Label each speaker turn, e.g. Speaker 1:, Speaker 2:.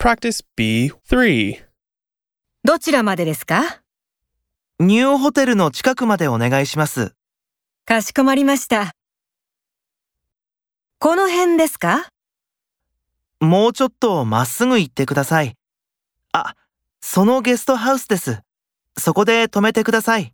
Speaker 1: Practice B3.
Speaker 2: どちらまでですか
Speaker 3: ニューホテルの近くまでお願いします。
Speaker 2: かしこまりました。この辺ですか
Speaker 3: もうちょっとまっすぐ行ってください。あ、そのゲストハウスです。そこで止めてください。